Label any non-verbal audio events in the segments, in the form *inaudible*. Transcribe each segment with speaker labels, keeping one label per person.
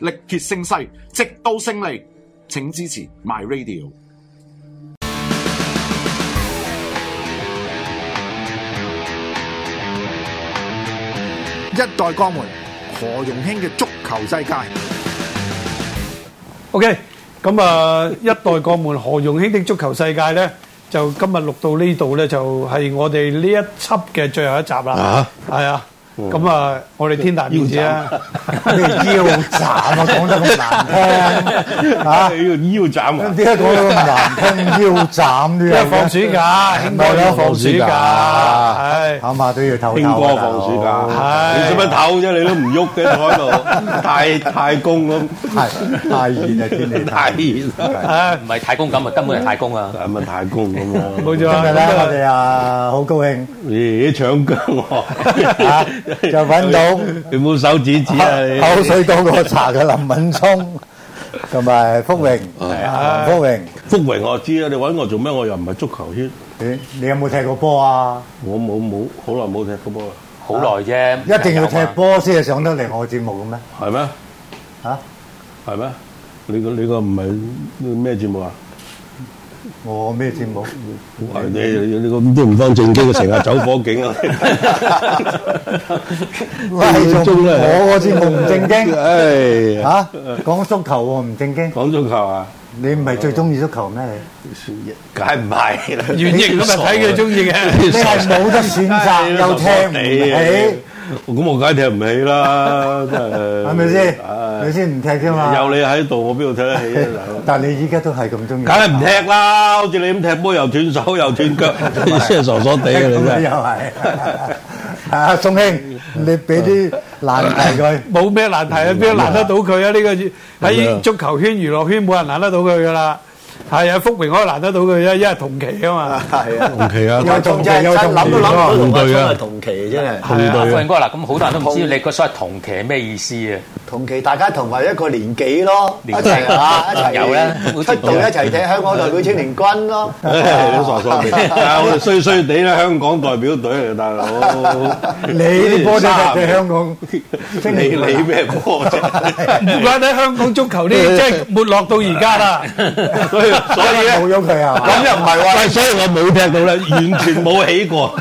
Speaker 1: 力竭聲勢，直到勝利。請支持 My Radio。
Speaker 2: 一代鋼門何容興嘅足球世界。
Speaker 3: OK，咁啊，一代鋼門何容興的足球世界咧，就今日錄到呢度咧，就係我哋呢一輯嘅最後一集啦。係啊，咁啊，我哋天壇電視啊，
Speaker 2: 腰斬啊，講得咁難聽嚇，
Speaker 4: 哎你要腰斬啊！
Speaker 2: 點解講得咁難聽？腰斬呢
Speaker 3: 因為
Speaker 2: 樣
Speaker 3: 放
Speaker 2: 嘢，
Speaker 3: 暑假，兄弟都放暑假，係。
Speaker 2: 啱下都要唞唞。
Speaker 4: 興哥放暑假，
Speaker 2: 啊
Speaker 3: 係
Speaker 4: 你做乜唞啫？你都唔喐嘅坐喺度，太太公咁，
Speaker 2: 假，係太熱啊天氣
Speaker 4: 太熱啦，
Speaker 3: 啊，
Speaker 5: 唔係太公咁啊，根本係太公啊！
Speaker 4: 係咪太公咁
Speaker 3: 冇錯
Speaker 4: 樣？
Speaker 2: 今
Speaker 3: 啊，
Speaker 2: 日咧，我
Speaker 3: 咁
Speaker 2: 哋啊好高興
Speaker 4: 咦，搶姜 *laughs*
Speaker 2: 嚇
Speaker 4: 喎！，
Speaker 2: 啊就揾到。
Speaker 4: 你冇手指指啊！你
Speaker 2: 口水多過茶嘅林敏聰，同埋福榮，啊，黃福榮，
Speaker 4: 福榮我知啦，你揾我做咩？我又唔係足球圈，
Speaker 2: 你你有冇踢過波啊？
Speaker 4: 我冇冇好耐冇踢過波啦，
Speaker 5: 好耐啫，
Speaker 2: 一定要踢波先係上得嚟我節目嘅咩？啊
Speaker 4: 係咩？
Speaker 2: 嚇，
Speaker 4: 係咩？你個你個唔係咩節目啊？
Speaker 2: 我咩節
Speaker 4: *laughs*
Speaker 2: 目？
Speaker 4: 你你你咁都唔當正經，成日走火警
Speaker 2: *laughs*
Speaker 4: 啊！ *laughs*
Speaker 2: 喂，仲
Speaker 4: 中啦
Speaker 2: 我個節目唔
Speaker 4: *laughs*
Speaker 2: 正經
Speaker 4: 唉，
Speaker 2: 嚇，講足球喎唔
Speaker 4: *laughs*
Speaker 2: 正經，
Speaker 4: 講足球啊，
Speaker 2: 你唔係最中意足球咩？
Speaker 4: 梗係唔係啦？
Speaker 3: 原型咁啊，睇佢中意嘅。
Speaker 2: 你係冇得選
Speaker 4: *laughs*
Speaker 2: 擇，又踢唔起，
Speaker 4: 咁我梗係踢唔起啦，真係
Speaker 2: 係咪先？
Speaker 4: 唉
Speaker 2: 你先唔踢啫嘛。
Speaker 4: 有你喺度，我邊度踢得起啊？大佬
Speaker 2: 但係你依家都係咁中意，
Speaker 4: 梗係唔踢啦，好似你咁踢波又斷手又斷腳，你 *laughs* 真係傻傻地啊！ *laughs* 你真
Speaker 2: *laughs* 咁啊
Speaker 4: 係
Speaker 2: 又係。 *laughs* 啊，
Speaker 4: *laughs*
Speaker 2: 宋兄，你俾啲難題佢。
Speaker 3: 冇咩難題啊，邊個難得到佢啊？呢個喺足球圈、娛樂圈冇人難得到佢噶啦。係啊，福榮可以難得到佢啫，因為同期啊嘛。
Speaker 6: 係啊，
Speaker 4: 同期啊，
Speaker 2: 有同期
Speaker 6: 真
Speaker 2: 有
Speaker 6: 係
Speaker 2: 同
Speaker 6: 諗
Speaker 2: 期
Speaker 6: 都諗唔到
Speaker 4: 同
Speaker 6: 同阿
Speaker 4: 隊
Speaker 6: 聰
Speaker 4: 啊
Speaker 6: 係同期真係
Speaker 4: 同
Speaker 5: 係
Speaker 4: 隊
Speaker 5: 啊，富
Speaker 4: 啊
Speaker 5: 人，哥啦，咁好多人都唔知你個所謂同期係咩意思啊？
Speaker 6: 同期，大家同埋一個年
Speaker 4: *laughs*
Speaker 6: 紀咯，一
Speaker 5: 年紀
Speaker 6: 齊啊，一齊
Speaker 5: 有啦
Speaker 6: 出道一齊踢香港代表青年軍
Speaker 4: *laughs*
Speaker 6: 咯。
Speaker 4: 唉你傻 *laughs* 傻地，但係我哋衰衰地啦，香港代表隊嚟，大佬
Speaker 2: 你啲波都係對香港，
Speaker 4: 你你咩波啫？
Speaker 3: 唔怪得香港足
Speaker 4: *laughs*
Speaker 3: 球呢，即係沒落到而家啦。
Speaker 4: 所以所以咧。
Speaker 2: 冇咗佢啊！
Speaker 4: 咁又唔係喎，所以我冇踢到咧，完全冇起過，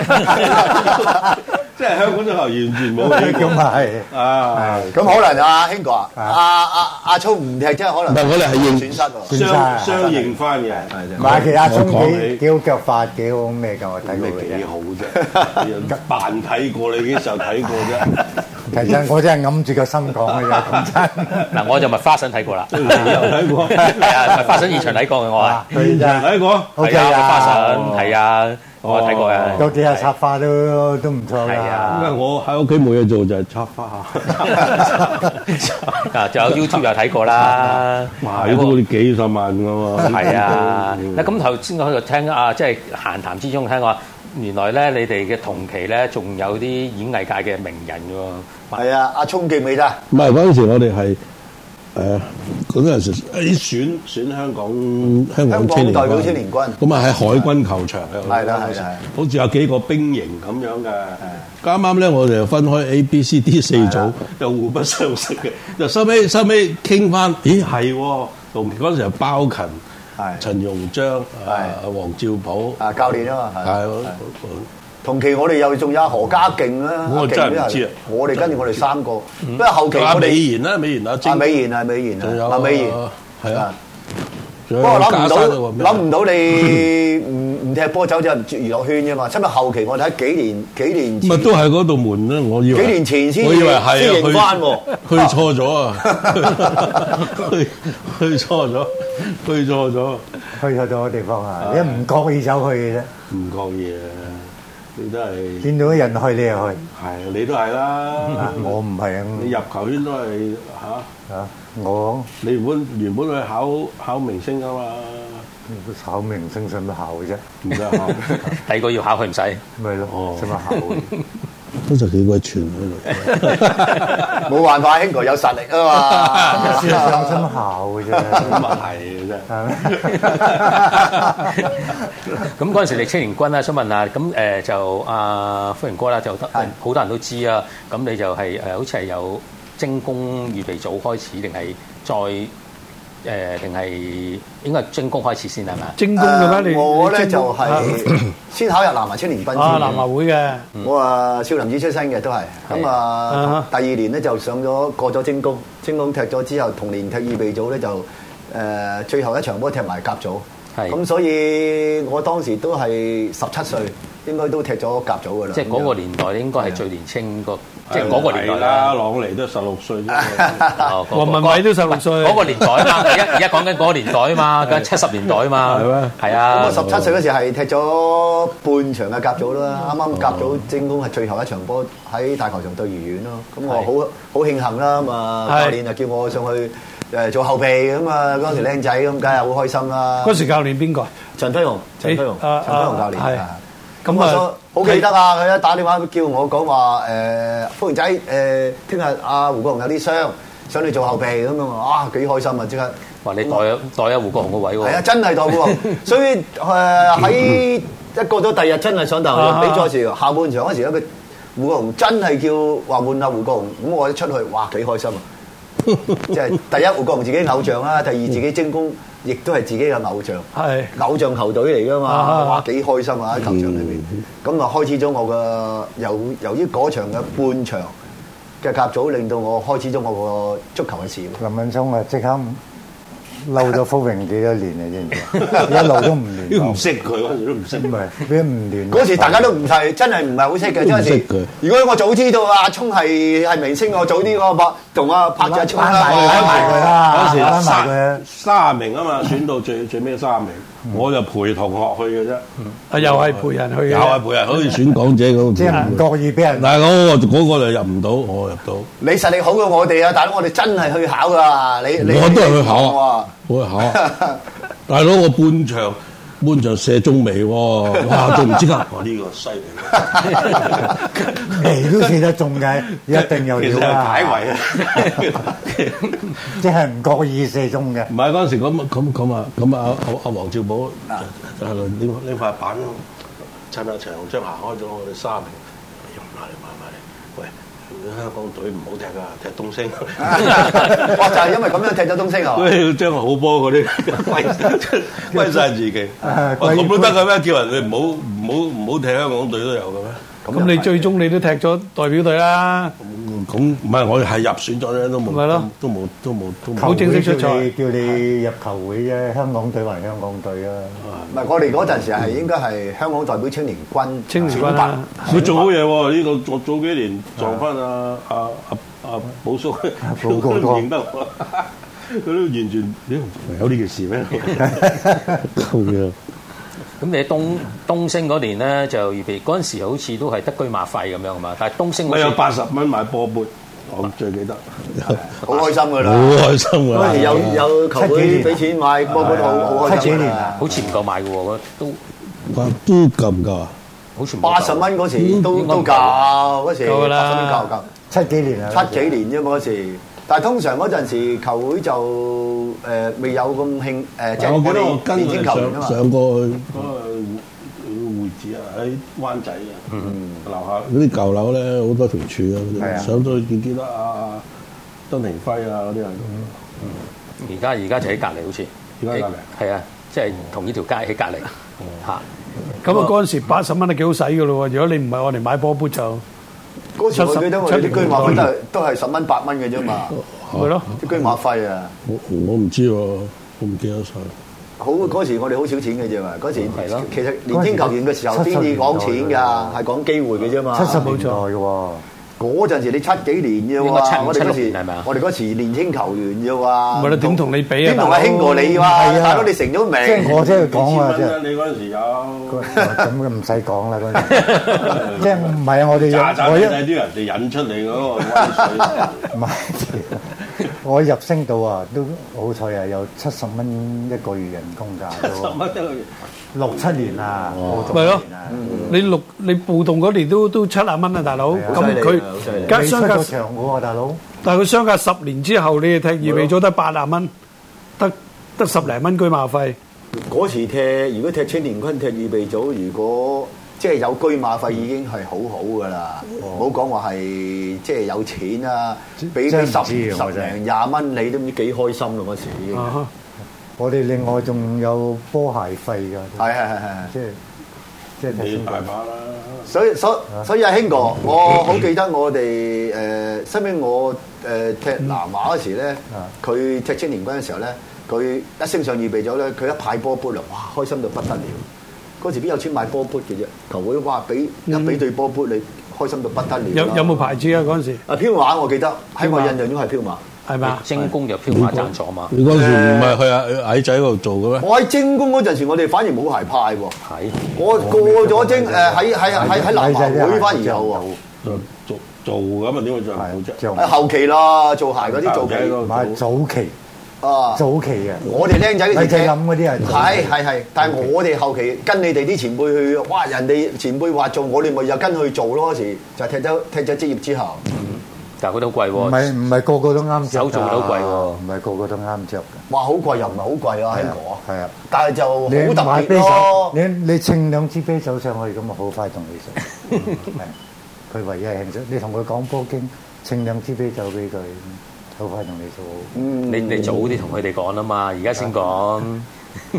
Speaker 4: 即係香港足球完全冇起
Speaker 2: 咁
Speaker 4: 過
Speaker 2: 啊係，
Speaker 4: Ờ. 啊！
Speaker 2: Ờ,
Speaker 6: 咁可能啊，興哥啊，阿阿阿聰唔踢，真係可能
Speaker 4: 唔係我哋係認
Speaker 6: 損失喎。
Speaker 2: 算晒
Speaker 4: 相相應翻嘅，
Speaker 2: 唔係其實阿
Speaker 4: 我
Speaker 2: 聰
Speaker 4: 講
Speaker 2: 幾
Speaker 4: 你
Speaker 2: 幾好腳法，幾好咩㗎？我睇過
Speaker 4: 咩
Speaker 2: 佢
Speaker 4: 幾
Speaker 2: 嘅。
Speaker 4: 好啫？扮睇過你幾時候睇過啫？
Speaker 2: 其實我真係揞住個心講嘅啫，講真。
Speaker 5: 嗱，我就咪花神睇過啦，
Speaker 4: 你又睇過？
Speaker 5: 係啊，咪花神現場睇過
Speaker 2: *laughs*
Speaker 5: 嘅我啊，
Speaker 2: 佢真係
Speaker 4: 睇過？
Speaker 2: 好
Speaker 5: 係啊，花神
Speaker 2: 嘅，
Speaker 5: 係啊，我睇過嘅。
Speaker 2: 有幾日插花都都唔錯
Speaker 4: 因
Speaker 2: 㗎。
Speaker 5: 係
Speaker 4: 為
Speaker 5: 啊，
Speaker 4: 我喺屋企冇嘢做就係插花
Speaker 5: *laughs* 嗱，仲有 YouTube 又睇過啦，
Speaker 4: 哇！要到你幾十萬㗎喎，
Speaker 5: 係啊，嗱咁頭先我喺度聽啊，即係閒談之中聽話，原來咧你哋嘅同期咧仲有啲演藝界嘅名人嘅喎。
Speaker 6: 係
Speaker 2: à,
Speaker 6: 啊，阿聰記唔記得啊？
Speaker 4: 唔係嗰陣時，我哋係誒嗰陣時誒選選香港香港青年軍
Speaker 6: 香港代表青年軍
Speaker 4: 咁啊喺海軍球場嘅，
Speaker 6: 係啦係啦係啦
Speaker 4: 好似有幾個兵營咁樣嘅。啱啱咧，我哋就分開 A、B、C、D 四組，又互不相識嘅。就收尾收尾傾翻，咦係喎，同嗰陣時係包勤
Speaker 6: 係、
Speaker 4: 陳容章、
Speaker 6: 係
Speaker 4: 啊黃兆寶，
Speaker 6: 啊，教練啊嘛，
Speaker 4: 係
Speaker 6: 係。同期我哋又仲有阿何家勁啦，
Speaker 4: 我真係唔知啊
Speaker 6: 阿勁都係我哋跟住我哋三個，不過後期
Speaker 4: 仲有阿
Speaker 6: 我
Speaker 4: 美
Speaker 6: 哋
Speaker 4: 賢啦，美賢啊，
Speaker 2: À,
Speaker 6: 阿
Speaker 4: 晶
Speaker 6: 美賢啊，美賢
Speaker 4: 仲有
Speaker 6: 啊，阿美賢。
Speaker 4: 係啊。
Speaker 6: 不
Speaker 4: 不
Speaker 6: 過諗唔到，
Speaker 4: 啊
Speaker 6: 諗唔到你唔唔踢波走就入娛樂圈啫嘛。因為後期我睇幾年幾年
Speaker 4: 咪
Speaker 6: 前，
Speaker 4: 都係嗰道門啦，我以為
Speaker 6: 幾年前先
Speaker 4: 我以為係啊
Speaker 6: 先認
Speaker 4: *laughs*
Speaker 6: 返喎
Speaker 4: 去去錯咗啊，去 *laughs* 去錯咗，去錯咗，
Speaker 2: à. 去咗咗個地方啊，你唔覺意走去嘅啫。
Speaker 4: 唔覺意啊，你都係
Speaker 2: 見到人去你又去，
Speaker 4: 係啊你都係
Speaker 2: *laughs*
Speaker 6: 嗯
Speaker 4: 啦。
Speaker 2: 啊我唔係
Speaker 4: 你
Speaker 2: 咁
Speaker 4: 入球圈都係嚇、
Speaker 2: 啊！我
Speaker 4: 你原本原本去考考明星噶嘛，
Speaker 2: 考明星使乜考嘅啫？
Speaker 4: 唔使考。
Speaker 5: *laughs* 第二個要考佢唔使。
Speaker 2: 咪咯
Speaker 4: 哦，
Speaker 2: 使乜考嘅？
Speaker 6: *laughs*
Speaker 4: 通常幾鬼串喺度。
Speaker 6: 冇辦法，興哥有實力
Speaker 4: *laughs*
Speaker 6: 啊
Speaker 2: 使乜考嘅啫？
Speaker 4: 咁啊係真係。
Speaker 2: 係咪？
Speaker 5: 咁嗰陣時你青年軍啦，想問下，咁誒、呃就阿歡迎哥啦，就得好多人都知啊。咁你就係、呃好似係有精工預備組開始，定係再誒，定、係應該係精工開始先係咪啊？
Speaker 3: 精工
Speaker 6: 嘛
Speaker 3: 嘅。咩？你
Speaker 6: 我咧
Speaker 3: 你精
Speaker 6: 就
Speaker 3: 工
Speaker 4: 啊
Speaker 6: 係 *laughs* 先考入南華青年軍
Speaker 3: 啊
Speaker 6: 先
Speaker 3: 南華
Speaker 6: 嘅。
Speaker 3: 會嘅，
Speaker 6: 我啊少林寺出身嘅都係，咁啊
Speaker 3: 啊
Speaker 6: 第二年咧就上咗過咗精工，精工踢咗之後，同年踢預備組咧就誒最後一場波踢埋甲組，
Speaker 5: 係
Speaker 6: 咁所以我當時都係十七歲，應該都踢咗甲組噶啦。
Speaker 5: 即係嗰個
Speaker 6: 咁樣
Speaker 5: 年代應該係最年青個，即係嗰個年代
Speaker 4: 係啦，
Speaker 5: 啦。
Speaker 4: 朗尼都十六歲啫。
Speaker 5: *laughs* 哦嗰個
Speaker 3: 黃文偉都16歲
Speaker 5: 嗰個年代嘛，而家而家講緊嗰個年代嘛，緊七十年代嘛，
Speaker 4: 係咩
Speaker 5: 係
Speaker 6: 咁
Speaker 5: 啊
Speaker 6: 我，
Speaker 2: 哦
Speaker 6: 十七歲嗰時係踢咗半場嘅甲組啦，
Speaker 2: 嗯
Speaker 6: 啱啱甲組精工係最後一場波喺大球場對愉園咯。咁我好好慶幸啦，咁啊
Speaker 3: 係
Speaker 6: 教練就叫我上去誒做後備咁啊，嗰時僆仔咁，梗係好開心啦。
Speaker 3: 嗰時教練邊個？
Speaker 6: 陳飛鴻，陳飛鴻，
Speaker 3: 誒啊
Speaker 6: 陳飛鴻教
Speaker 3: 啊係
Speaker 6: 練。啊
Speaker 3: 咁
Speaker 6: 咁
Speaker 3: 啊
Speaker 6: 啊，好記得啊！佢一打電話叫我講話誒，福榮仔誒，聽日阿胡國雄有啲傷，想你做後備咁樣啊，哇幾開心啊！即刻。
Speaker 5: 話你代代阿胡國雄個位
Speaker 3: 哦
Speaker 6: 係
Speaker 5: 喎，
Speaker 6: 啊，真係當
Speaker 3: *laughs*
Speaker 6: 喎。所以誒喺一過咗第二日，真係上大
Speaker 3: 啊
Speaker 6: 學比賽時，下半場嗰時咧，佢胡國雄真係叫話換下胡國雄，咁我一出去，哇幾開心
Speaker 3: *laughs*
Speaker 6: 啊！即係第一胡國雄自己偶像啦，第二自己精工，亦都係自己嘅偶像。
Speaker 3: 係
Speaker 6: 偶像球隊嚟噶嘛，
Speaker 3: 啊
Speaker 6: 哇幾開心啊！喺球場裏面，咁啊開始咗我嘅由由於嗰場嘅半場嘅甲組，令到我開始咗我個足球嘅事業。
Speaker 2: 林敏聰啊，即刻嬲咗福榮幾多年啊，知唔知啊？一路都唔聯
Speaker 4: 都唔
Speaker 2: 絡，
Speaker 4: 識佢嗰陣時都唔識。
Speaker 2: 唔係俾唔聯絡。
Speaker 6: 嗰時大家都唔係真係唔係好識嘅，
Speaker 4: 都
Speaker 6: 嗰
Speaker 4: 唔
Speaker 6: 陣
Speaker 4: 識佢
Speaker 6: 時如果我早知道阿聰係係明星，我早啲我拍同阿拍咗阿聰
Speaker 2: 拉埋佢拉埋佢
Speaker 6: 啦。
Speaker 2: 啦，
Speaker 4: 嗰時
Speaker 2: 拉埋佢
Speaker 4: 三。三名啊嘛，選到最最尾三名，我就陪同學去嘅啫。
Speaker 3: 啊又係陪人去嘅，
Speaker 4: 有啊，陪人好似選港姐嗰
Speaker 2: 即係唔覺意俾人
Speaker 4: 但係嗰個嗰個就入唔到，我入到，
Speaker 6: 你實力好過我哋啊，大佬，我哋真係去考噶。你你
Speaker 4: 我都係去考啊
Speaker 6: 哇，
Speaker 4: 我去考啊。大佬我半場半場射中尾喎，哇都唔知啊！我呢個犀利喎，
Speaker 2: 嚟都試得中嘅，一定有
Speaker 4: 其實
Speaker 2: 料
Speaker 4: 係解
Speaker 2: 啦。
Speaker 4: 圍啊！
Speaker 2: 即係唔覺意射中嘅
Speaker 4: 唔，係嗰陣時咁咁咁啊咁啊阿阿黃兆寶就就係拎拎塊板，趁阿陳鴻章行開咗，我哋三名，哎呀埋嚟埋埋嚟，喂香港隊唔好踢啊，踢東升。
Speaker 6: *laughs*
Speaker 4: *laughs*
Speaker 6: 哇！就係因為咁樣踢咗東升啊！
Speaker 4: 喂，將個好波嗰啲威威晒自己，
Speaker 2: 啊
Speaker 4: 喂
Speaker 2: 貴
Speaker 4: 咁都得嘅咩？叫人哋唔好唔好唔好踢香港隊都有嘅咩？
Speaker 3: 咁你最終你都踢咗代表隊啦，
Speaker 4: 咁唔係我係入選咗啫，都冇
Speaker 3: 咪咯
Speaker 4: 都冇都冇都
Speaker 3: 好
Speaker 4: 冇
Speaker 3: 正式出賽
Speaker 2: 球會叫你叫你入球會啫，香港隊還香港隊啊！
Speaker 6: 唔係我哋嗰陣時係應該係香港代表青年軍，
Speaker 3: 青年軍啊啦
Speaker 4: 佢啊做好嘢喎！呢個我早幾年撞啊翻阿阿阿阿寶叔，
Speaker 2: 寶
Speaker 4: *laughs* 佢
Speaker 2: 哥
Speaker 4: 都
Speaker 2: 哥
Speaker 4: 唔認得我，佢都完全咦有呢件事咩？咁樣
Speaker 5: 咁你喺東東升嗰年咧就預備嗰陣時好似都係得居馬費咁樣啊嘛，但係東升好
Speaker 4: 咪
Speaker 5: 似
Speaker 4: 有八十蚊買波杯，我最記得，
Speaker 6: 好開心噶
Speaker 4: 好
Speaker 6: 啦！
Speaker 4: 開心
Speaker 6: 嗰陣
Speaker 4: 啊
Speaker 6: 時！有有球會俾錢買波波，好好開
Speaker 2: 七
Speaker 6: 心
Speaker 2: 幾
Speaker 6: 㗎
Speaker 2: 年
Speaker 6: 啦
Speaker 2: 啊！
Speaker 5: 好似唔夠買嘅喎，都
Speaker 4: 哇都夠唔夠啊？
Speaker 5: 好似唔夠嗯
Speaker 6: 八十蚊嗰時都
Speaker 5: 應該
Speaker 6: 都
Speaker 5: 唔夠
Speaker 6: 夠，嗰時
Speaker 3: 夠㗎
Speaker 6: 八
Speaker 3: 啦
Speaker 6: 十蚊夠夠。
Speaker 2: 七幾年啊，
Speaker 6: 七幾年啫嘛嗰時，但係通常嗰陣時球會就誒、呃未有咁興誒，即係
Speaker 4: 我記得我
Speaker 6: 哋
Speaker 4: 跟
Speaker 6: 年
Speaker 4: 佢
Speaker 6: 青球員啊
Speaker 4: 上
Speaker 6: 嘛。
Speaker 4: 上過去嗰個會址啊，喺灣仔啊，
Speaker 6: 嗯
Speaker 4: 樓下嗰啲舊樓咧好多條柱啊，嗰
Speaker 2: 係啊
Speaker 4: 啲上到去見見得啊曾庭輝啊嗰啲啊，
Speaker 5: 而家而家就喺隔離好似，
Speaker 4: 而家隔離
Speaker 5: 係啊，即
Speaker 6: 嗯
Speaker 5: 係同呢條街喺隔離嚇。
Speaker 3: 咁啊嗰陣時八十蚊都幾好使嘅咯喎，如果你唔係我哋買波杯就
Speaker 6: 嗰時我記得我哋啲居馬費都係都係十蚊八蚊嘅啫嘛，
Speaker 3: 係咯，
Speaker 6: 啲居馬費啊，
Speaker 4: 我我唔知喎，我唔記得晒。
Speaker 6: 好嗰時我哋好少錢嘅啫嘛，嗰時
Speaker 5: 係咯
Speaker 6: 其實年青球員嘅時候邊至講錢㗎，係講機會嘅啫嘛。
Speaker 2: 七十年代嘅喎，
Speaker 6: 嗰陣時你七幾年啫
Speaker 5: 應該
Speaker 6: 喎，
Speaker 5: 七五
Speaker 6: 我哋嗰
Speaker 5: 七六
Speaker 6: 時
Speaker 5: 年係咪啊
Speaker 6: 我哋嗰時年輕球員啫喎，
Speaker 3: 咪你點同你比啊
Speaker 6: 點同阿
Speaker 3: 大佬
Speaker 6: 興過你
Speaker 2: 係
Speaker 6: 哇？
Speaker 2: 啊
Speaker 6: 大佬你成咗名，
Speaker 2: 即係我真係講啊，
Speaker 4: 幾千
Speaker 2: 真
Speaker 4: 蚊
Speaker 2: 係。
Speaker 4: 啊你嗰陣時有，
Speaker 2: 咁唔使講啦，嗰陣。即係唔係啊，我哋入-
Speaker 4: 渣渣
Speaker 2: 我一-
Speaker 4: 睇啲人哋引出嚟嗰個威水。
Speaker 2: 唔係，我入星島啊，都好彩啊，有70蚊一個月人工㗎，都。
Speaker 4: *laughs* 十蚊一個月，
Speaker 2: 六七年啊，報道
Speaker 3: 咪咯
Speaker 2: 年啊。，
Speaker 3: 你六你暴動嗰年都都七廿蚊啊，大佬。
Speaker 2: 啊
Speaker 3: 咁
Speaker 6: 好犀利
Speaker 3: 佢
Speaker 6: 啊好犀利
Speaker 3: 梗係相隔，
Speaker 2: 你出咗場嘅喎，大佬。
Speaker 3: 但係佢相隔十年之後，你哋踢預備咗得八廿蚊，得得十零蚊居馬費。
Speaker 6: 嗰時踢，如果踢青年軍踢預備組，如果即係有居馬費已經係好好噶啦，
Speaker 2: 哦
Speaker 6: 唔好講話係即係有錢啊，俾
Speaker 2: 真
Speaker 6: 俾
Speaker 2: 係唔知
Speaker 6: 十
Speaker 2: 啊
Speaker 6: 十
Speaker 2: 我真係
Speaker 6: 零廿蚊你都唔知幾開心咯嗰時已經，
Speaker 3: 啊哈
Speaker 2: 我哋另外仲有波鞋費㗎，
Speaker 6: 係係係係。
Speaker 2: 即係-即係踢
Speaker 4: 你
Speaker 2: 先
Speaker 4: 大把啦。
Speaker 6: 所以所所以阿興哥，我好記得我哋誒，身邊我誒踢南華嗰時咧
Speaker 2: 啊，
Speaker 6: 佢踢青年軍嘅時候咧，佢一升上預備咗咧，佢一派波杯啦，哇，開心到不得了！嗰時邊有錢買波杯嘅啫？球會哇，俾一俾對波杯你，開心到不得了啦。
Speaker 3: 有有冇牌子啊？嗰陣時
Speaker 6: 啊？飄馬我記得喺我
Speaker 3: 飄馬
Speaker 6: 印象中係飄馬。
Speaker 3: 係咪啊？
Speaker 5: 精工就飄馬贊助啊嘛，
Speaker 4: 你嗰時唔係去阿矮仔嗰度做嘅咩？
Speaker 6: 我喺精工嗰陣時，我哋反而冇鞋派喎。
Speaker 5: 係
Speaker 6: 我過咗精誒喺喺喺喺南華會反而有喎。
Speaker 4: 做做做咁啊？點會做唔到啫？
Speaker 2: 係，就-
Speaker 6: 喺後期啦，做鞋嗰啲
Speaker 4: 喺
Speaker 6: 做嘅
Speaker 4: 嗰度做
Speaker 2: 唔係，早期，
Speaker 6: 啊。
Speaker 2: 早期嘅。
Speaker 6: 我哋僆仔嗰啲
Speaker 2: 你就係諗嗰啲係
Speaker 6: 係係係，但係我哋後期跟你哋啲前輩去，哇！人哋前輩話做，我哋咪又跟去做咯。嗰時就係踢咗踢咗職業之後，
Speaker 5: 但係嗰度好貴
Speaker 2: 唔
Speaker 5: 喎
Speaker 2: 係，唔係個個都啱着㗎，
Speaker 5: 手做都貴喎
Speaker 2: 唔係個個都啱着嘅。
Speaker 6: 哇！好貴又唔係好貴啊，
Speaker 2: 係
Speaker 6: 香
Speaker 2: 啊
Speaker 6: 港
Speaker 2: 係啊
Speaker 6: 但係就好
Speaker 2: 你
Speaker 6: 特
Speaker 2: 買
Speaker 6: 別
Speaker 2: 啤酒
Speaker 6: 咯，。
Speaker 2: 你你稱兩支啤酒上去，咁啊好快同你
Speaker 6: *laughs*
Speaker 2: 食。係佢唯一係興趣，你同佢講波經，稱兩支啤酒俾佢，好快同你
Speaker 6: *laughs*
Speaker 2: 做。
Speaker 6: 嗯
Speaker 5: 你你早啲同佢哋講啊嘛，而家先講，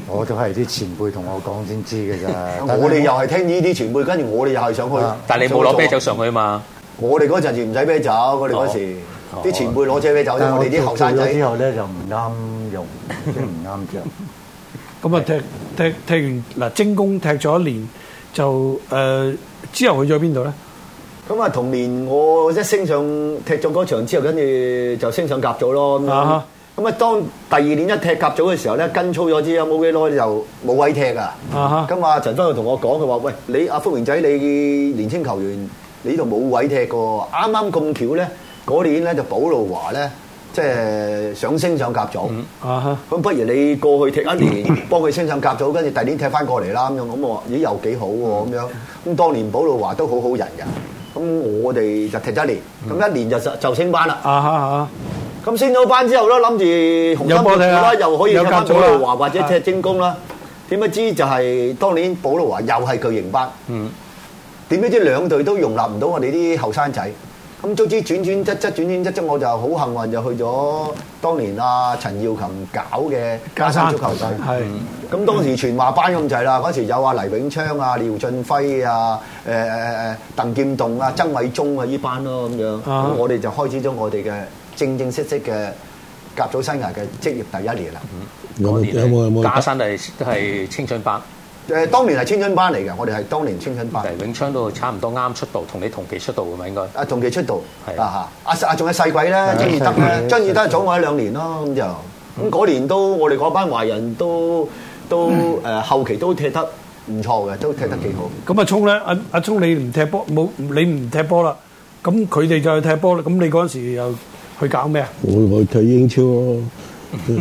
Speaker 2: 我都係啲前輩同我講先知嘅
Speaker 6: *laughs*
Speaker 2: 咋。但係
Speaker 6: 我哋又係聽呢啲前輩，跟住我哋又係想去
Speaker 2: 啊。
Speaker 5: 但係你冇攞啤酒。上去啊嘛，
Speaker 6: 我哋嗰陣時唔使啤酒，我哋嗰時
Speaker 5: 哦
Speaker 6: 啲前輩攞車啤酒，
Speaker 2: 但係
Speaker 6: 我哋啲後生
Speaker 2: 哦做咗之
Speaker 6: 仔
Speaker 2: 後咧就唔啱用，即係唔啱着。
Speaker 6: *laughs*
Speaker 3: 咁啊踢踢踢完嗱精工踢咗一年就誒之後去咗邊度咧？
Speaker 6: 咁啊，同年我一升上踢咗嗰場之後，跟住就升上甲組咯。咁樣
Speaker 3: 啊哈
Speaker 6: 咁啊，當第二年一踢甲組嘅時候咧，跟操咗之後冇幾耐就冇位踢啊。
Speaker 3: 啊哈
Speaker 6: 咁啊，陳輝又同我講，佢話：喂，你阿福榮仔，你年青球員，你呢度冇位踢嘅喎。啱啱咁巧咧，嗰年咧就保路華咧，即係想升上甲組。
Speaker 3: 啊哈！
Speaker 6: 咁不如你過去踢一年，
Speaker 3: *laughs*
Speaker 6: 幫佢升上甲組，跟住第二年踢翻過嚟啦咁樣。咁我話咦又幾好
Speaker 3: 嗯
Speaker 6: 喎咁樣。咁當年保路華都好好人嘅。咁我哋就踢咗一年，
Speaker 3: 嗯
Speaker 6: 咁一年就就升班啦。
Speaker 3: 啊哈啊！
Speaker 5: *laughs*
Speaker 6: 咁升咗班之後咧，諗住紅
Speaker 3: 有
Speaker 6: 心
Speaker 3: 波踢啦
Speaker 6: 啦，又可以踢
Speaker 3: 有甲
Speaker 6: 翻
Speaker 3: 組
Speaker 6: 保
Speaker 3: 啦
Speaker 6: 路華或者踢精工啦。點不知就係當年保路華又係巨型班。
Speaker 5: 嗯，
Speaker 6: 點不知兩隊都容納唔到我哋啲後生仔。咁早知轉轉側側轉轉側側，我就好幸運就去咗當年阿陳耀琴搞嘅加山足球隊。
Speaker 3: 係
Speaker 6: 咁當時全華班咁滯啦，嗰時有阿黎永昌啊、廖俊輝啊、誒誒誒鄧劍棟啊、曾偉忠啊呢班咯咁樣，咁、
Speaker 3: 啊
Speaker 6: 我哋就開始咗我哋嘅正正式式嘅甲組生涯嘅職業第一年啦。
Speaker 4: 有
Speaker 5: 嗰
Speaker 4: 冇有
Speaker 5: 年
Speaker 4: 冇有冇
Speaker 5: 加山係都係青春班，
Speaker 6: 誒、當年係青春班嚟嘅，我哋係當年青春班，
Speaker 5: 黎永昌都差唔多啱出道，同你同期出道嘅嘛應該。
Speaker 6: 啊同期出道
Speaker 5: 係
Speaker 6: 啊嚇，啊啊仲有細鬼啦，張義德
Speaker 2: 細
Speaker 6: 啦，
Speaker 2: 鬼
Speaker 6: 張義德早我一兩年咯咁就，咁嗰年都我哋嗰班華人都都誒、後期都踢得唔錯嘅，都踢得幾好。
Speaker 3: 咁啊，聰咧，阿阿聰你唔踢波冇，你唔踢波啦，咁佢哋就去踢波啦。咁你嗰陣時又去搞咩啊？
Speaker 4: 我我睇英超咯。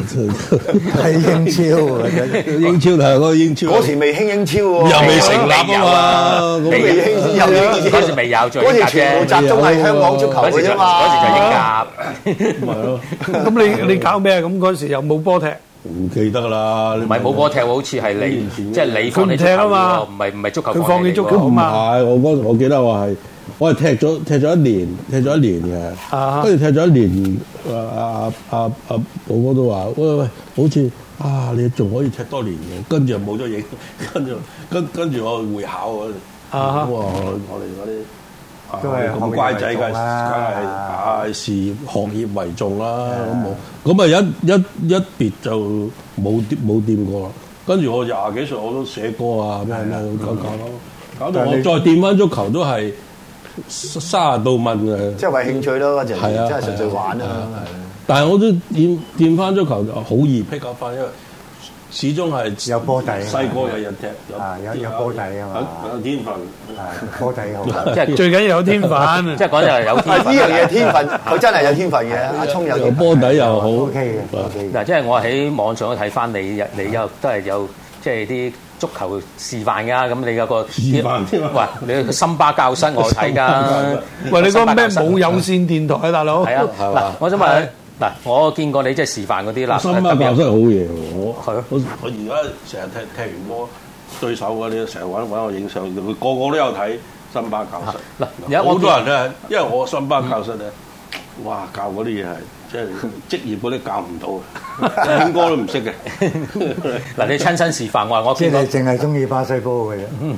Speaker 2: 係英超
Speaker 4: *laughs*
Speaker 2: 嘅啫。
Speaker 4: 英超係嗰個英超，
Speaker 6: 嗰時未興英超喎，
Speaker 4: 又未成立啊嘛咁
Speaker 5: 未
Speaker 6: 未
Speaker 5: 有
Speaker 6: 興
Speaker 5: 啊
Speaker 6: 又未興
Speaker 5: 嗰時未有最
Speaker 6: 嗰時
Speaker 5: 夾
Speaker 6: 全部
Speaker 5: 啫，
Speaker 6: 集中係香港足球
Speaker 5: 嗰
Speaker 6: 嘅
Speaker 5: 時就
Speaker 6: 啫嘛。
Speaker 5: 嗰時就英甲，
Speaker 4: 咪咯，
Speaker 3: 咁你你搞咩啊？咁嗰陣時又冇波踢，
Speaker 4: 唔記得啦。
Speaker 5: 唔係冇波踢喎，好似係你
Speaker 4: 年前
Speaker 5: 即係你放棄
Speaker 3: 佢唔踢啊嘛
Speaker 5: 足球喎唔係唔係足球
Speaker 3: 佢
Speaker 5: 放
Speaker 3: 放
Speaker 5: 棄
Speaker 3: 棄
Speaker 5: 你
Speaker 3: 足
Speaker 5: 喎
Speaker 3: 球
Speaker 4: 唔
Speaker 3: 啊嘛。
Speaker 4: 係，我嗰我記得我係我係踢咗踢咗一年，踢咗一年
Speaker 3: 啊
Speaker 4: 嘅，跟住踢咗一年，啊啊啊啊！寶哥都話：喂喂，好似啊，你仲可以踢多年嘅，跟住就冇咗影，跟住跟跟住我會考嗰陣，
Speaker 3: 啊哈
Speaker 4: 咁我我哋嗰啲。啊
Speaker 2: 都係
Speaker 4: 咁乖仔，
Speaker 2: 學業為
Speaker 4: 梗係
Speaker 2: 重
Speaker 4: 梗
Speaker 2: 啦
Speaker 4: 係啊事業學業為重啦，咁冇咁啊一一一別就冇掂冇掂過啦。跟住我廿幾
Speaker 2: 啊嗯
Speaker 4: 歲我都寫歌啊咩咩咁搞搞咯，搞到我再掂翻足球都係卅度問嘅。
Speaker 6: 即係為興趣咯，嗰陣
Speaker 4: 係啊
Speaker 6: 真係純粹玩
Speaker 4: 係啊
Speaker 6: 啦。
Speaker 4: 但係我都掂掂翻足球就好易 pick up 翻，因為始終係
Speaker 2: 有波底
Speaker 4: 細個日日踢，
Speaker 2: 啊有有波底啊嘛
Speaker 4: 有有天分。啊
Speaker 2: 係波底好。
Speaker 5: 即係
Speaker 3: 最緊要有天分。
Speaker 5: *laughs* 即係講就係有天
Speaker 6: 係 *laughs* 呢
Speaker 5: 分。
Speaker 6: 樣嘢天分，佢真係有天分嘅。阿聰有
Speaker 4: 有
Speaker 6: 天分
Speaker 4: 波底又好
Speaker 2: O K 嘅，O K 嘅。
Speaker 5: 嗱，即係我喺網上睇翻你，你又都係有即係啲足球示範㗎，咁你有個
Speaker 4: 示範添啊
Speaker 5: 喂，你去森巴教室我睇
Speaker 4: 森巴教
Speaker 5: 㗎
Speaker 4: 室。
Speaker 3: 喂，你嗰個咩
Speaker 5: 森巴教室
Speaker 3: 冇有線電台啊，大佬？
Speaker 5: 係啊，
Speaker 4: 係嘛
Speaker 5: 嗱，我想問，嗱，我見過你即係示範嗰啲啦，
Speaker 4: 心
Speaker 5: 特
Speaker 4: 啊
Speaker 5: 別
Speaker 4: 教真係好嘢喎！我
Speaker 5: 係咯
Speaker 4: 我我而家成日踢踢完波對手嗰啲，成日揾揾我影相，佢個個都有睇森巴教室。
Speaker 5: 啊嗱而家我
Speaker 4: 好多人咧，因為我森巴教室咧，哇教嗰啲嘢係即係職業嗰啲教唔到
Speaker 5: *laughs*
Speaker 4: 嘅，英歌都唔識嘅。
Speaker 5: 嗱，你親身示範，我話我
Speaker 2: 即
Speaker 5: 見
Speaker 2: 係
Speaker 5: 過
Speaker 2: 你，淨係中意巴西波嘅啫。
Speaker 6: 嗯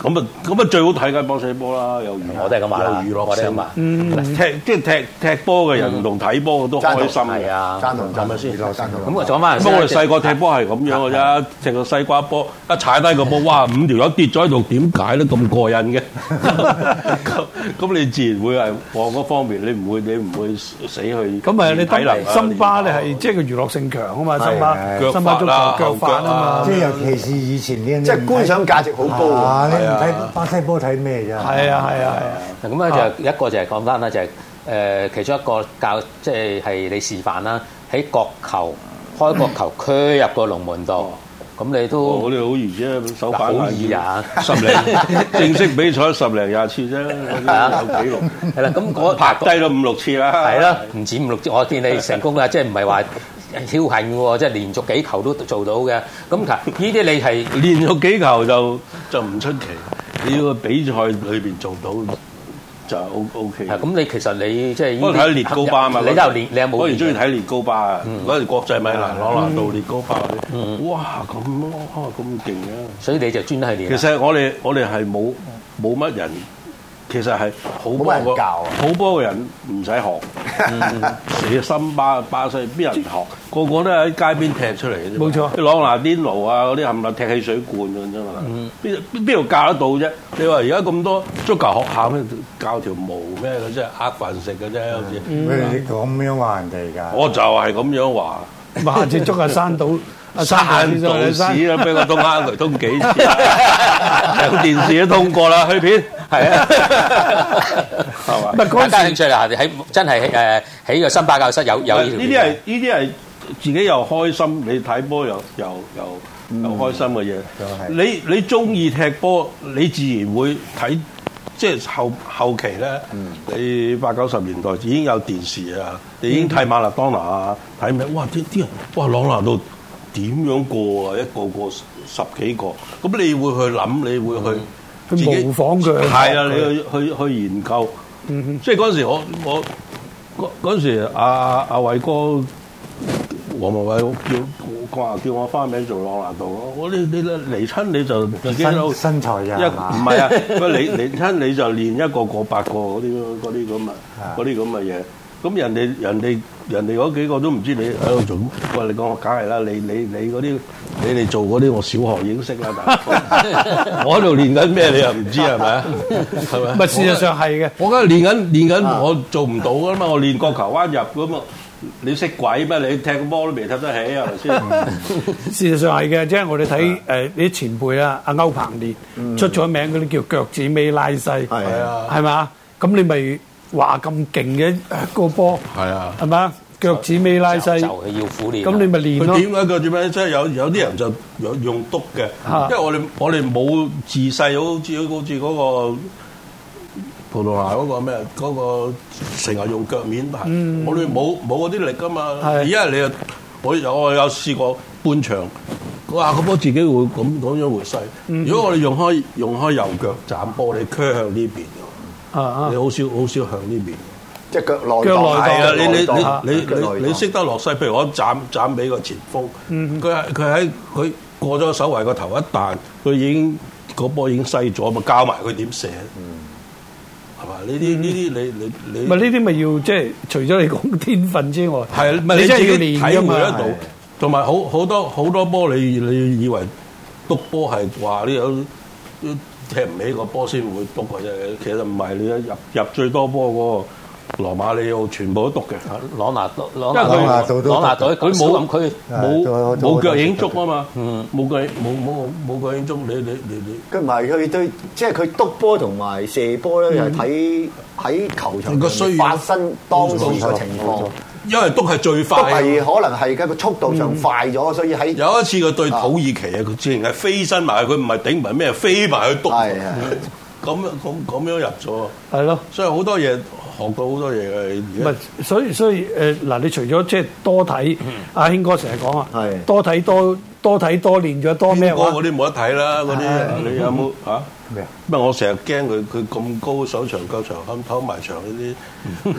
Speaker 4: 咁啊咁啊最好睇嘅波西波啦，有娛樂
Speaker 5: 我都係咁話啦
Speaker 4: 有娛樂
Speaker 5: 我都係咁
Speaker 4: 性
Speaker 5: 話。
Speaker 4: 踢即係踢踢波嘅人同睇波都開心嘅
Speaker 5: 係。啊，
Speaker 6: 爭同爭咪先？
Speaker 5: 咁我講翻
Speaker 4: 咁啊我哋細
Speaker 5: 個
Speaker 4: 個踢波係咁樣嘅啫，踢個西瓜波，一踩低個波，哇！五條友跌咗喺度，點解咧咁過
Speaker 5: *laughs*
Speaker 4: 癮嘅？咁咁你自然會係往嗰方面，你唔會你唔會死去。
Speaker 3: 咁啊，你得
Speaker 4: 嚟
Speaker 3: 嚟森巴你係即係個娛樂性強啊嘛，森巴
Speaker 4: 腳
Speaker 3: 森巴足
Speaker 4: 法啊
Speaker 3: 球腳法啊
Speaker 2: 即
Speaker 3: 嘛
Speaker 2: 係，尤其是以前呢，
Speaker 6: 即係觀賞價值好高
Speaker 2: 啊！
Speaker 6: 喎。
Speaker 2: 你唔睇巴西波睇咩啫？
Speaker 3: 係啊係啊係啊。
Speaker 4: *laughs*
Speaker 5: 咁咧就一個就係講翻啦，就係誒其中一個教即係係你示範啦，喺角球開角球區入個龍門度，咁你
Speaker 4: 我
Speaker 5: 都
Speaker 4: 哋哦好易啫，手板
Speaker 5: 好易啊 *laughs*
Speaker 4: 十零正式比賽十零廿次啫，嗰啲有紀錄，
Speaker 5: 係啦，咁嗰
Speaker 4: 拍低咗五六次啦。
Speaker 5: 係啦，唔止五六支，我見你成功啦，即係唔係話僥倖喎，即係連續幾球都做到嘅。咁嗱，呢啲你係
Speaker 4: 練咗幾球就就唔出奇，你要個比賽裏邊做到就 O O K。
Speaker 5: 係咁，你其實你即係呢啲
Speaker 4: 我睇列高巴啊嘛，
Speaker 5: 你都有練，你有冇練？
Speaker 4: 嗰時中意睇列高巴啊，嗰時國際米蘭、朗拿度、列高巴嗰啲，哇咁咯，咁勁啊！
Speaker 5: 所以你就專登去練
Speaker 4: 其
Speaker 5: 啦。
Speaker 4: 實我哋我哋係冇冇乜人，其實係好波
Speaker 6: 冇乜人
Speaker 4: 個
Speaker 6: 教啊
Speaker 4: 好波嘅人唔使學， *laughs* 死森巴巴西邊人學？個個都喺街邊踢出嚟嘅啫嘛。
Speaker 3: 冇錯
Speaker 4: 啲朗拿甸奴啊嗰啲冚唪唥踢汽水罐咁啫嘛。邊邊邊度教得到啫？你話而家咁多足球學校咩教條毛咩嘅啫，呃飯食嘅啫，好
Speaker 2: 嗯
Speaker 4: 似
Speaker 2: 你咁樣話人哋㗎？
Speaker 4: 我就係咁樣話。
Speaker 3: 咪下次捉下山島，阿
Speaker 4: 山道
Speaker 3: 島
Speaker 4: 士啦， *laughs* 俾個東坑渠通幾 *laughs* 次啦，有電視都通過啦，去片係啊， *laughs*
Speaker 3: 唔係
Speaker 4: 係嘛？
Speaker 5: 大家
Speaker 3: 嗰
Speaker 5: 興
Speaker 3: 時
Speaker 5: 趣啦，喺真係誒喺個新巴教室有有
Speaker 4: 呢
Speaker 5: 條
Speaker 4: 啲係呢啲係自己又開心，你睇波又又又又開心嘅嘢
Speaker 2: 係。
Speaker 4: 你你中意踢波，你自然會睇。即係後後期咧，你八九十年代已經有電視啊，你已經睇馬勒當拿啊，睇咩？哇！啲啲人哇朗拿度點樣過啊？一個個十十幾個，咁你會去諗，你會去
Speaker 3: 去
Speaker 4: 自己
Speaker 3: 模仿佢
Speaker 4: 係啊，你去去去研究。即係嗰陣時我，我嗰嗰陣時阿阿偉哥黃文偉叫話叫我花名做朗拿度咯。我你你嚟親你就自己喺度
Speaker 2: 身身材咋
Speaker 4: 一
Speaker 2: 係
Speaker 4: 唔
Speaker 2: 嘛？
Speaker 4: 係啊，喂你嚟親你就練一個過百個嗰啲嗰啲咁啊
Speaker 2: 啊
Speaker 4: 嗰啲咁嘅嘢。咁人哋人哋人哋嗰幾個都唔知你喺度做，喂你講我梗係啦，你你你嗰啲你哋做嗰啲我小學已經識啦，但
Speaker 2: *laughs*
Speaker 4: 係我喺度練緊咩你又唔知係咪啊？係咪？
Speaker 3: 咪事實上係嘅。
Speaker 4: 我梗係練緊練緊，我做唔到噶嘛，我練角球彎入咁啊！你識鬼咩？你踢個波都未踢得起係咪
Speaker 2: *laughs*
Speaker 4: 先？
Speaker 3: 事實上係嘅，即係我哋睇誒啲前輩啦，阿歐鵬烈出咗名嗰啲叫腳趾尾拉細，
Speaker 6: 係
Speaker 4: 啊
Speaker 3: 係嘛？咁你咪話咁勁嘅呃個波，
Speaker 4: 係啊
Speaker 3: 係嘛？腳趾尾拉細，
Speaker 5: 就
Speaker 3: 咁
Speaker 5: 係要苦練。
Speaker 3: 你咪練
Speaker 4: 佢
Speaker 3: 咯。
Speaker 4: 點解佢點解？即係有有啲人就有用篤嘅，
Speaker 3: 啊
Speaker 4: 因為我哋我哋冇自細好似好似嗰個葡萄牙嗰個咩嗰個成日用腳面排，我哋冇冇嗰啲力噶嘛。
Speaker 3: 嗯係
Speaker 4: 而家你又我有我有試過半場。哇！個波自己會咁咁樣回勢。
Speaker 3: 嗯
Speaker 4: 如果我哋用開用開右腳斬波，你鋸向呢邊嘅
Speaker 3: 啊啊
Speaker 4: 你！好少好少向呢邊。
Speaker 6: 即係腳內
Speaker 3: 腳內檔
Speaker 6: 檔
Speaker 4: 係啊，
Speaker 3: 啊
Speaker 4: 你
Speaker 6: 內檔
Speaker 4: 你你
Speaker 6: 腳內檔
Speaker 4: 你你識得落西，譬如我斬斬俾個前鋒，
Speaker 3: 嗯
Speaker 4: 佢係佢喺佢過咗手圍個頭一彈，佢已經嗰波已經西咗，咪教埋佢點射。係嘛？呢啲呢啲你你你
Speaker 3: 嗯咪呢啲咪要即係除咗你講天分之外，
Speaker 4: 係咪
Speaker 3: 你
Speaker 4: 你
Speaker 3: 真
Speaker 4: 自
Speaker 3: 係要
Speaker 4: 己
Speaker 3: 練
Speaker 4: 體
Speaker 3: 㗎
Speaker 4: 會得
Speaker 3: 嘛？
Speaker 4: 到？同埋好好多好多波，你你以為篤波係話呢有踢唔起個波先會篤嘅啫。其實唔係你一入入最多波嗰個羅馬里奧全部都篤嘅。
Speaker 5: 朗拿朗
Speaker 4: 因為佢
Speaker 5: 拿
Speaker 2: 朗拿度都
Speaker 5: 朗拿隊，
Speaker 4: 佢
Speaker 5: 佢
Speaker 4: 冇
Speaker 5: 冇咁佢
Speaker 4: 冇
Speaker 2: 啊都
Speaker 4: 冇腳影
Speaker 2: 都
Speaker 4: 足啊嘛，
Speaker 5: 嗯
Speaker 4: 冇腳冇冇冇腳影足，你你你你
Speaker 6: 佢唔係佢對，即係佢篤波同埋射波咧，係睇喺球場
Speaker 4: 嗯個
Speaker 6: 上
Speaker 4: 需
Speaker 6: 面
Speaker 4: 要
Speaker 6: 發生當時嘅情況，
Speaker 4: 因為篤係最
Speaker 6: 都
Speaker 4: 快
Speaker 6: 係
Speaker 4: 嘅。
Speaker 6: 可能係嘅個速度上快咗，所以喺
Speaker 4: 嗯有一次佢對土耳其啊，佢之前係飛身埋去，佢唔係頂唔係咩，飛埋去篤
Speaker 6: 係係，
Speaker 4: 咁樣咁咁樣入咗。
Speaker 3: 係咯。
Speaker 4: 所以好多嘢學到好多嘢嘅。
Speaker 3: 唔
Speaker 4: 而
Speaker 3: 係
Speaker 4: 家，
Speaker 3: 所以所以誒嗱、你除咗即係多睇，阿興哥成日講啊
Speaker 6: 係，
Speaker 3: 多睇多多睇多練咗多咩
Speaker 4: 邊
Speaker 3: 話
Speaker 4: 個？嗰啲冇得睇啦，嗰啲你有冇嚇？
Speaker 2: 咩啊？
Speaker 4: 咩？我成日驚佢佢咁高手長腳長咁唞埋長呢啲，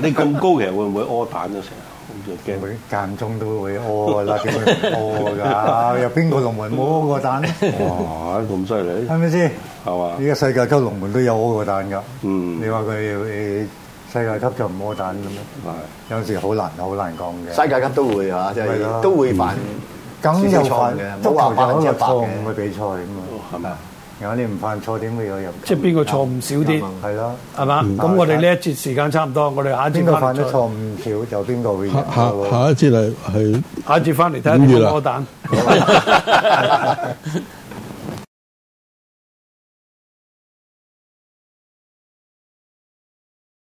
Speaker 4: 你咁高其實會唔會屙蛋啊？成日好似驚。
Speaker 2: 會間中都會屙
Speaker 6: *laughs*
Speaker 2: 啦，點會唔屙㗎？有邊個龍門冇屙過蛋？啊
Speaker 6: 哦
Speaker 4: 哇！咁犀利
Speaker 2: 係咪先？
Speaker 4: 係嘛？
Speaker 2: 依家世界級龍門都有屙過蛋㗎。
Speaker 4: 嗯
Speaker 2: 你話佢誒世界級就唔屙蛋咁樣，有時好難好難講嘅。
Speaker 6: 世界級都會啊嚇，即
Speaker 2: 係咯
Speaker 6: 係都會犯。
Speaker 4: 嗯
Speaker 2: 梗有犯
Speaker 6: 少少錯誤嘅
Speaker 2: 足
Speaker 6: 冇話
Speaker 2: 球
Speaker 6: 百
Speaker 2: 有
Speaker 6: 分
Speaker 2: 一
Speaker 6: 之
Speaker 2: 個
Speaker 6: 一百
Speaker 2: 錯
Speaker 6: 嘅哦
Speaker 2: 誤嘅比賽咁嘛。
Speaker 4: 係咪啊？
Speaker 2: 如果你唔犯錯，點會有入球？
Speaker 3: 即係邊個錯誤少啲
Speaker 6: 啱啊
Speaker 2: 係咯，
Speaker 3: 係嘛？咁我哋呢一節時間差唔多，我哋下一
Speaker 2: 邊
Speaker 3: 節
Speaker 2: 個
Speaker 3: 翻
Speaker 2: 犯
Speaker 3: 嚟
Speaker 2: 咗
Speaker 3: 再
Speaker 2: 錯誤少，就邊個會贏
Speaker 7: 下下
Speaker 2: 咯喎。
Speaker 7: 下一節係係
Speaker 3: 下一節翻嚟睇下你
Speaker 7: 五
Speaker 3: 有
Speaker 7: 月
Speaker 3: 冇
Speaker 7: 啊
Speaker 3: 波蛋。